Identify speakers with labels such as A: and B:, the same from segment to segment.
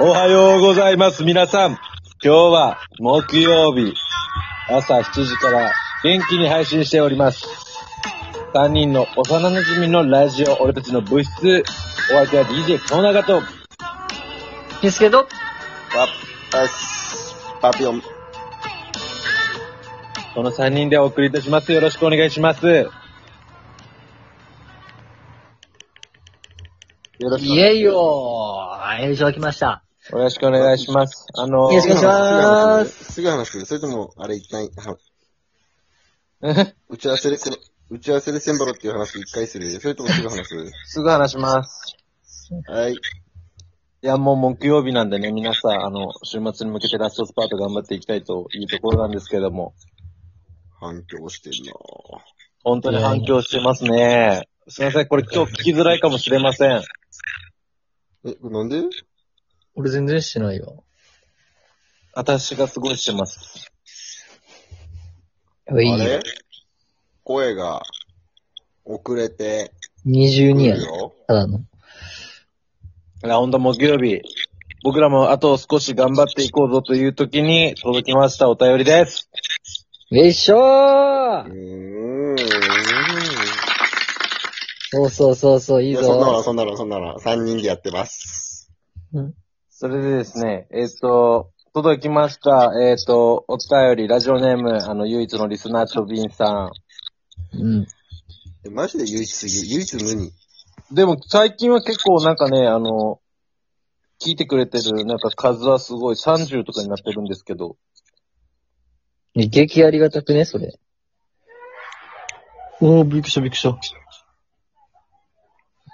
A: おはようございます、皆さん。今日は木曜日、朝7時から元気に配信しております。3人の幼馴染のラジオ、俺たちの部室、お相手は DJ コーナガと、
B: ですけど、
C: パパス、パピオン。
A: この3人でお送りいたします。よろしくお願いします。
C: よろしくお
B: イ
C: 願い。
B: エイよー優勝来ました。
A: よろしくお願いします。あのー、
B: よろしくお願いします
C: すぐ話するそれとも、あれ一旦、は
A: ます。
C: 打ち合わせで、この打ち合わせでせんばろっていう話一回する。それともすぐ話す
A: すぐ話します。
C: はい。
A: いや、もう木曜日なんでね、皆さん、あの、週末に向けてラストスパート頑張っていきたいというところなんですけども、
C: 反響してんな
A: 本当に反響してますね。すいません、これ今日聞きづらいかもしれません。
C: え、なんで
B: 俺全然してないよ。
A: 私がすごいしてます。
B: うい
C: あれ声が、遅れて、
B: 22
C: 来
B: や
C: る
B: な。
C: よ。
B: ただの。
A: いや、ほんと木曜日、僕らもあと少し頑張っていこうぞという時に届きましたお便りです。
B: よいしょ
C: う
B: ー
C: ーん。
B: そうそうそうそう、い
C: い
B: い
C: やそんなの、
B: ぞ。
C: そんなの、そんなの。三人でやってます。
A: それでですね、えっ、と、届きました、えっ、と、お便り、ラジオネーム、あの、唯一のリスナー、チョビンさ
B: うん。
C: えマジで唯一すぎ、唯一無二。
A: ん。でも、最近は結構なんかね、あの、聞いてくれてる、なんか数はすごい30とかになってるんですけど、
B: 激ありがたくね、それ。おー、びっくりした、びっくりした。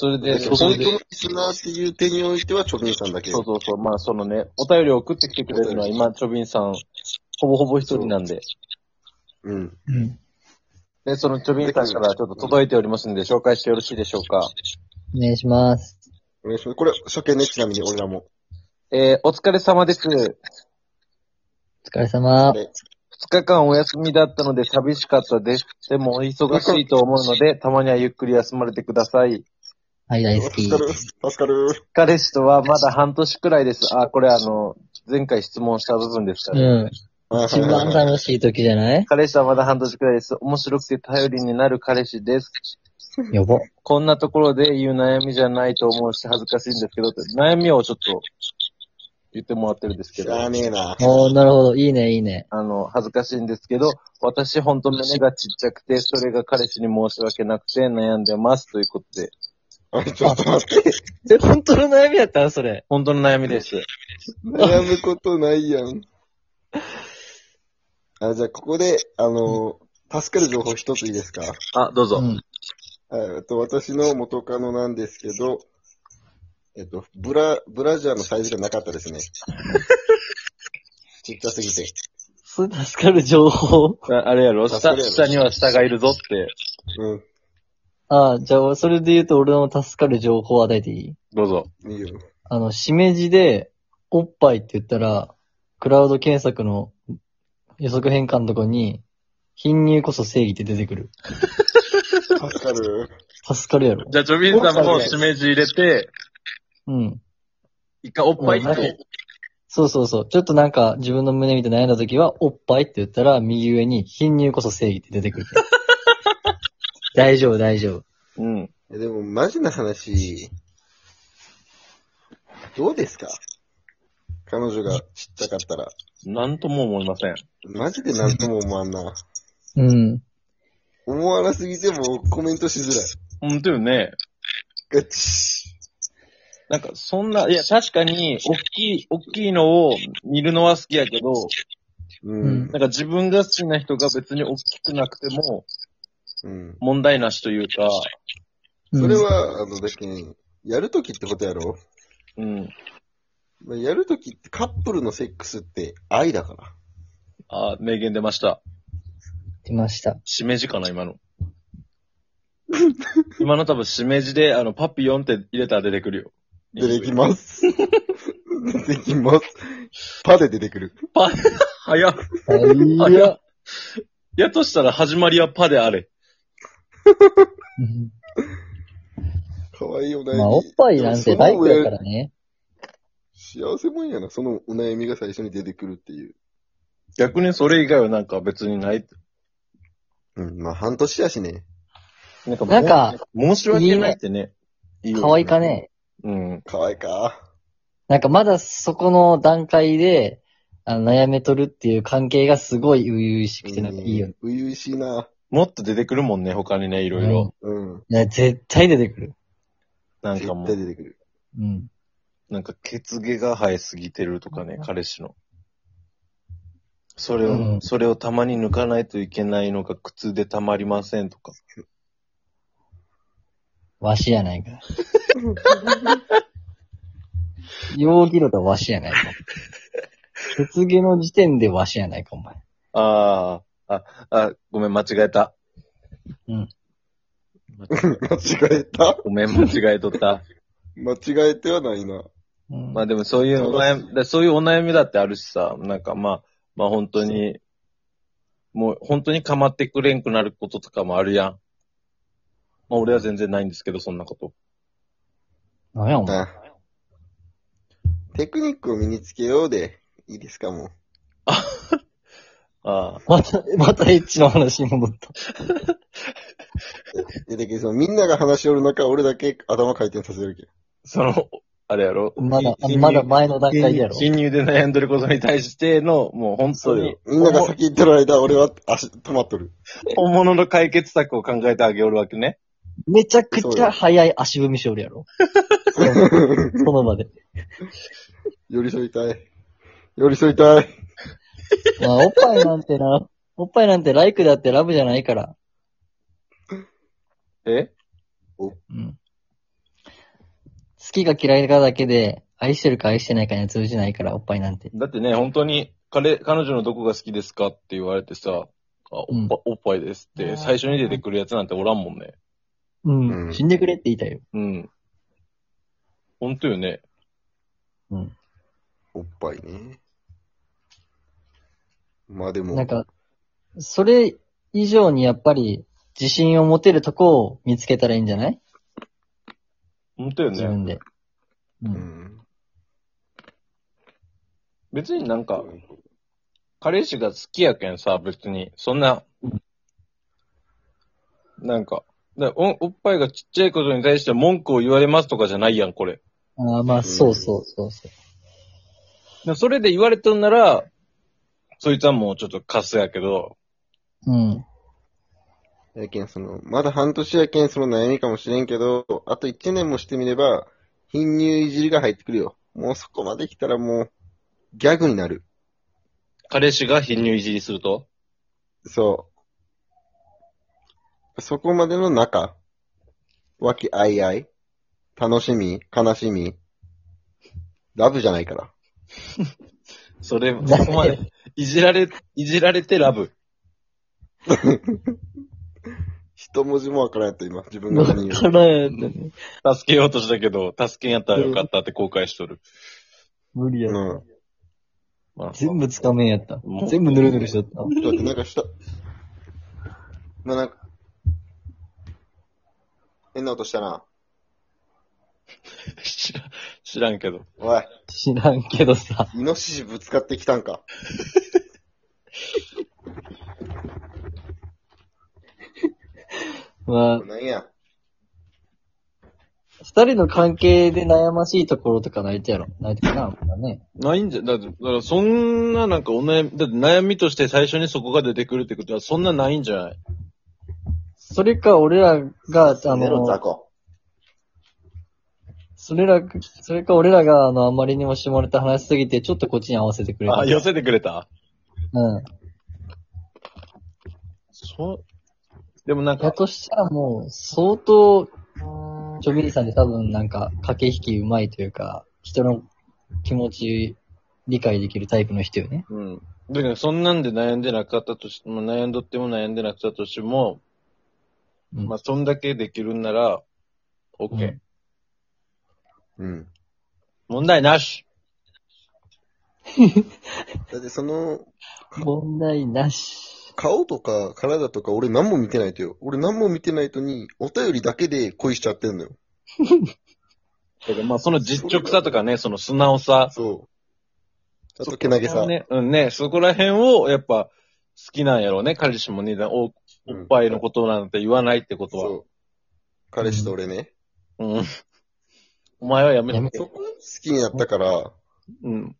A: それで、
C: 本当のリスナーっていう点においては、チョキンさんだけ。
A: そうそうそう。まあ、そのね、お便りを送ってきてくれるのは今、チョビンさん、ほぼほぼ一人なんで。
C: うん。
B: うん。
A: で、そのチョビンさんからちょっと届いておりますんで、紹介してよろしいでしょうか。
B: お願いします。
C: お願いします。これ、初見ね、ちなみに俺らも。
A: えー、お疲れ様です。2
B: お疲れ様。
C: れ
A: 日間お休みだったので寂しかったです。でも、お忙しいと思うので、たまにはゆっくり休まれてください。
B: はい、大好
C: 助
B: き
C: か。る。助かる。
A: 彼氏とはまだ半年くらいです。あ、これあの、前回質問した部分ですからね。
B: うん。一番
C: い。
B: 楽しい時じゃない
A: 彼氏とはまだ半年くらいです。面白くて頼りになる彼氏です。
B: やば。
A: こんなところで言う悩みじゃないと思うし恥ずかしいんですけどって、悩みをちょっと言ってもらってるんですけ
C: 知
A: ど、
C: らねえな。
B: おー、なるほど。いいね、いいね。
A: あの、恥ずかしいんですけど、私ほんと胸がちっちゃくて、それが彼氏に申し訳なくて悩んでますということで、
C: あちょっと待って。
B: え、本当の悩みやったんそれ。
A: 本当の悩みです。
C: 悩むことないやん。あ、じゃあ、ここで、あの、助かる情報一ついいですか
A: あ、どう
B: う
A: ぞ。
B: ん。
C: えっと、私の元カノなんですけど、えっと、ブラ、ブラジャーのサイズがなかった ですね。ちっちゃすぎて。
B: それ助かる情報。
A: ああれやろ
C: あそ
A: 下、
C: れやろ
A: 下には下がいるぞって。
C: う
B: ああ、じゃあ、それで言うと俺の助かる情報を与えていい
A: どうぞ。
C: ん。いいよ。
B: あの、しめじで、おっぱいって言ったら、クラウド検索の予測変換のとこに、貧乳こそ正義って出てくる。
C: 助かる。
B: 助かるやろ。
A: じゃあ、ジョビンさんもしめじ入れて、
B: うん。
A: 一回おっぱいっ
B: うんは
A: て
B: い。そうそうそう。ちょっとなんか、自分の胸みたいに悩んだ時は、おっぱいって言ったら、右上に、貧乳こそ正義って出て くる。大丈夫、大丈夫。
A: うん。
C: えでも、マジな話、どうですか彼女がちっちゃかったら。
A: なんとも思いません。
C: マジでなんとも思わんな。
B: うん。
C: 思わなすぎてもコメントしづらい。
A: ほんとよね。
C: ガチ。
A: なんか、そんな、いや、確かに、大きい、大きいのを見るのは好きやけど、
C: うん。
A: なんか自分が好きな人が別に大きくなくても
C: うん。
A: 問題なしというか、
C: それ
B: うん、
C: は、あの、別に、やるときってことやろ
A: うん。
C: まあやるときってカップルのセックスって愛だから。
A: あー名言出ました。
B: 出ました。
A: しめじかな、今 の。今の多分しめじで、あの、パピヨンって入れたら出てくるよ。
C: 出てきます。出てきます。パで出てくる。
A: パ、早っ。
B: い
A: 早っ
B: や。。
A: やとしたら始まりはパであれ。
B: うん
C: かわいいお題。
B: まあ、おっぱいなんて
C: でも
B: バ
C: そ
B: イ
C: の
B: ク
C: 上
B: だからね。
C: 幸せもんやな。そのお悩みが最初に出てくるっていう。
A: 逆にそれ以外はなんか別にない。
C: うん、まあ半年やしね。
A: なんかもう
B: なんか、
A: 申し訳ないってね。いいよ
B: 可愛いか。ね。
A: うん。
C: 可愛いか。
B: なんかまだそこの段階で、あの、悩めとるっていう関係がすごい初々しくてなんかいいよね。
C: うん。初々しいな。
A: もっと出てくるもんね、他にね、いろいろ。
C: うん。
B: いや、絶対出てくる。
A: なん
C: 絶
A: かも
C: 対
A: う、
C: 出てくる。
B: うん。
A: なんか、血毛が生えすぎてるとかね、彼氏の。それを、
B: うん
A: それをたまに抜かないといけないのが苦痛でたまりませんとか。
B: わしやな いか。よう議論とわしやないか。卒業の時点でわしやないか、お前。
A: ああ、あ、あ、ごめん、間違えた。
B: うん
A: 間違え。
C: 間違えた
A: ごめん、間違えと った。
C: 間違えてはないな。
B: うん
A: まあでもそういうお悩み、だそういうお悩みだってあるしさ、なんかまあ、まあ本当に、もう本当に構ってくれんくなることとかもあるやん。まあ俺は全然ないんですけど、そんなこと。
B: なんや、お前。
C: あテクニックを身につけようで、いいですか、もう。
A: あ
B: また、またエッチの話に戻った。
C: え、だけどその、みんなが話しよる中、俺だけ頭回転させるけん。
A: あ、その、あれやろ
B: まだ、
A: 貧乳
B: まだ前の段階でやろ。
A: 貧乳で悩んでることに対しての、もう本当に、
C: みんなが先行ってる間、俺は足、止まっとる。
A: 本物の解決策を考えてあげおるわけね。
B: めちゃくちゃ早い足踏みしお るやろ。そのその場で。
C: 寄り添いたい。寄り添いたい。
B: まあ、おっぱいなんてな、おっぱいなんてライクだってラブじゃないから。
A: え
B: うん。好きか嫌いかだけで、愛してるか愛してないかには通じないから、おっぱいなんて。
A: だってね、本当に、彼、彼女のどこが好きですかって言われてさ、あおっぱ、おっぱいですって、最初に出てくるやつなんておらんもんね。
B: うん。
C: うん
B: 死んでくれって言いたいよ。
A: うん。本当よね。
B: うん。
C: おっぱいね。まあでも、
B: なんか、それ以上にやっぱり、自信を持てるとこを見つけたらいいんじゃない
A: 本当よ
B: 自
A: ね。
B: 分で。う。
C: うんん。
A: 別になんか、彼氏が好きやけんさ、別に、そんな、なんか、だおおっぱいがちっちゃいことに対して文句を言われますとかじゃないやん、これ。
B: ああ、まあ、そうそうそうそう。
A: でそれで言われとんなら、そいつはもうちょっとカスやけど、
B: うん。
C: やけん、その、まだ半年やけん、その悩みかもしれんけど、あと1年もしてみれば、貧乳いじりが入ってくるよ。もうそこまで来たらもう、ギャグになる。
A: 彼氏が貧乳いじりすると
C: そう。そこまでの中、和気あいあい、楽しみ、悲しみ、ラブじゃないから。
A: それ、そこまで、いじられ、いじられてラブ。
C: 一文字もわからんやった、今。自分
B: だ
C: が
B: か
C: 何言う
B: らやったね。
A: 助けようとしたけど、助けんやったらよかったって後悔しとる。
B: 無理やった。
C: うん。
A: まあ
B: 全部つかめんやった
A: もう。
B: 全部ぬるぬるしちゃった。
C: ちょっと待って、なんかした。な、なんか、変な音したな。
A: 知ら知らんけど。
C: おい、
B: 知らんけどさ。
C: イノシシぶつかってきたんか。
B: まあ、
C: なんや。
B: 二人の関係で悩ましいところとかないてやろ。ないてかな、まだね。
A: ないんじゃ、だって、だからそんななんかお悩み、だって悩みとして最初にそこが出てくるってことはそんなないんじゃない
B: それか、俺らが、あ
C: 寝ろ、
B: の
C: 雑、魚。
B: それら、それか俺らが、あの、あまりにもしてもらって話しすぎて、ちょっとこっちに合わせてくれた。
A: あ、寄せてくれた
B: うん。
A: そう。でもなん
B: だ
A: か、
B: としたらもう、相当、チョビリさんって多分なんか、駆け引き上手いというか、人の気持ち理解できるタイプの人よね。
A: うん。だけどそんなんで悩んでなかったとしても、悩んどっても悩んでなかったとしても、
B: うん
A: まあそんだけできるんなら、OK。
B: う
A: ケー
B: ん
C: うん。
A: 問題なし
C: だってその、
B: 問題なし。
C: 顔とか体とか俺何も見てないとよ。俺何も見てないとに、お便りだけで恋しちゃってんのよ。
A: だからまあ、その実直さとかね、その素直さ。
C: そう。あと、けなげ
A: そ
C: さ。
A: こね、うんね、そこら辺を、やっぱ、好きなんやろうね。彼氏もね、おおっ
C: うん
A: ぱいのことなんて言わないってことは。
C: そう。彼氏と俺ね。
A: うん。お前はやめ
B: やめ
A: て。
B: て
C: そこ好きになったから、
A: うん。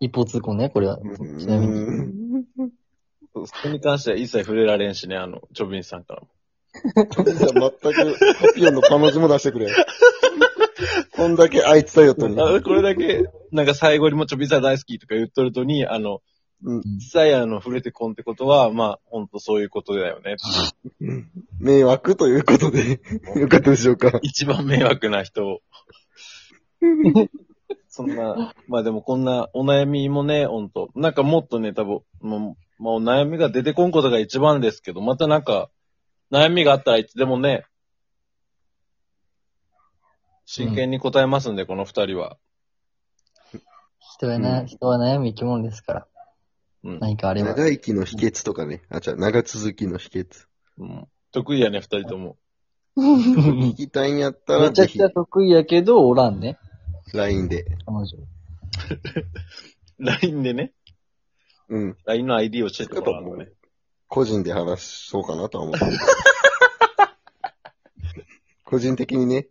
B: 一方通行ね、これは。
C: うん
B: ちなみに。
A: そこに関しては一切触れられんしね、あの、チョビンさんからも。
C: ちょっとじゃあ全く、パピオンの彼女も出してくれ。こんだけあいつだよとに。
A: あこれだけ、なんか最後にもチョビンさん大好きとか言っとるとに、あの、
C: うん
A: 実際あの、触れてこんってことは、まあ、ほんとそういうことだよね。
C: 迷惑ということで、よかったでしょうか。
A: 一番迷惑な人を。 そんな、まあでもこんなお悩みもね、ほんと。なんかもっとね、多分、もう、まあお悩みが出てこんことが一番ですけど、またなんか、悩みがあったらいつでもね、真剣に答えますんで、この二人は。
B: 人はな、
C: うん
B: 人は悩む生き物ですから。
A: うん。
B: 何かあれば。
C: 長生きの秘訣とかね。あ、じゃあ、長続きの秘訣。
A: うん、得意やね、二人とも。
C: 聞
B: め
C: きたいんやったら、
B: ちゃ
C: ぜ
B: く
C: ひ
B: ち、ゃ得意やけど、おらんね。
C: LINE で。
B: 彼女。
A: LINE でね、
C: うん。
A: LINE の ID を教えてもらうのね。
C: 個人で話そうかなとは思う。 個人的にね、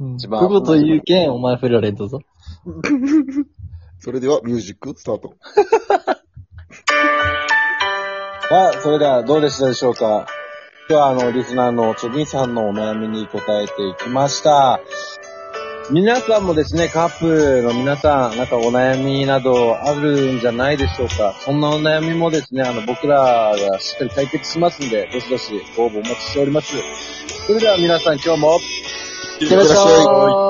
B: うん。
A: 一
B: こ
A: 番
B: ういうこと言うけん、お前触れられんとぞ。
C: それではミュージックスタート。
A: さあ、それではどうでしたでしょうか今日はあの、リスナーのチョビンさんのお悩みに答えていきました。皆さんもですね、カップの皆さん、なんかお悩みなどあるんじゃないでしょうかそんなお悩みもですね、あの、僕らがしっかり解決しますんで、どしどしご応募お待ちしております。それでは皆さん今日も、
C: いってらっしゃい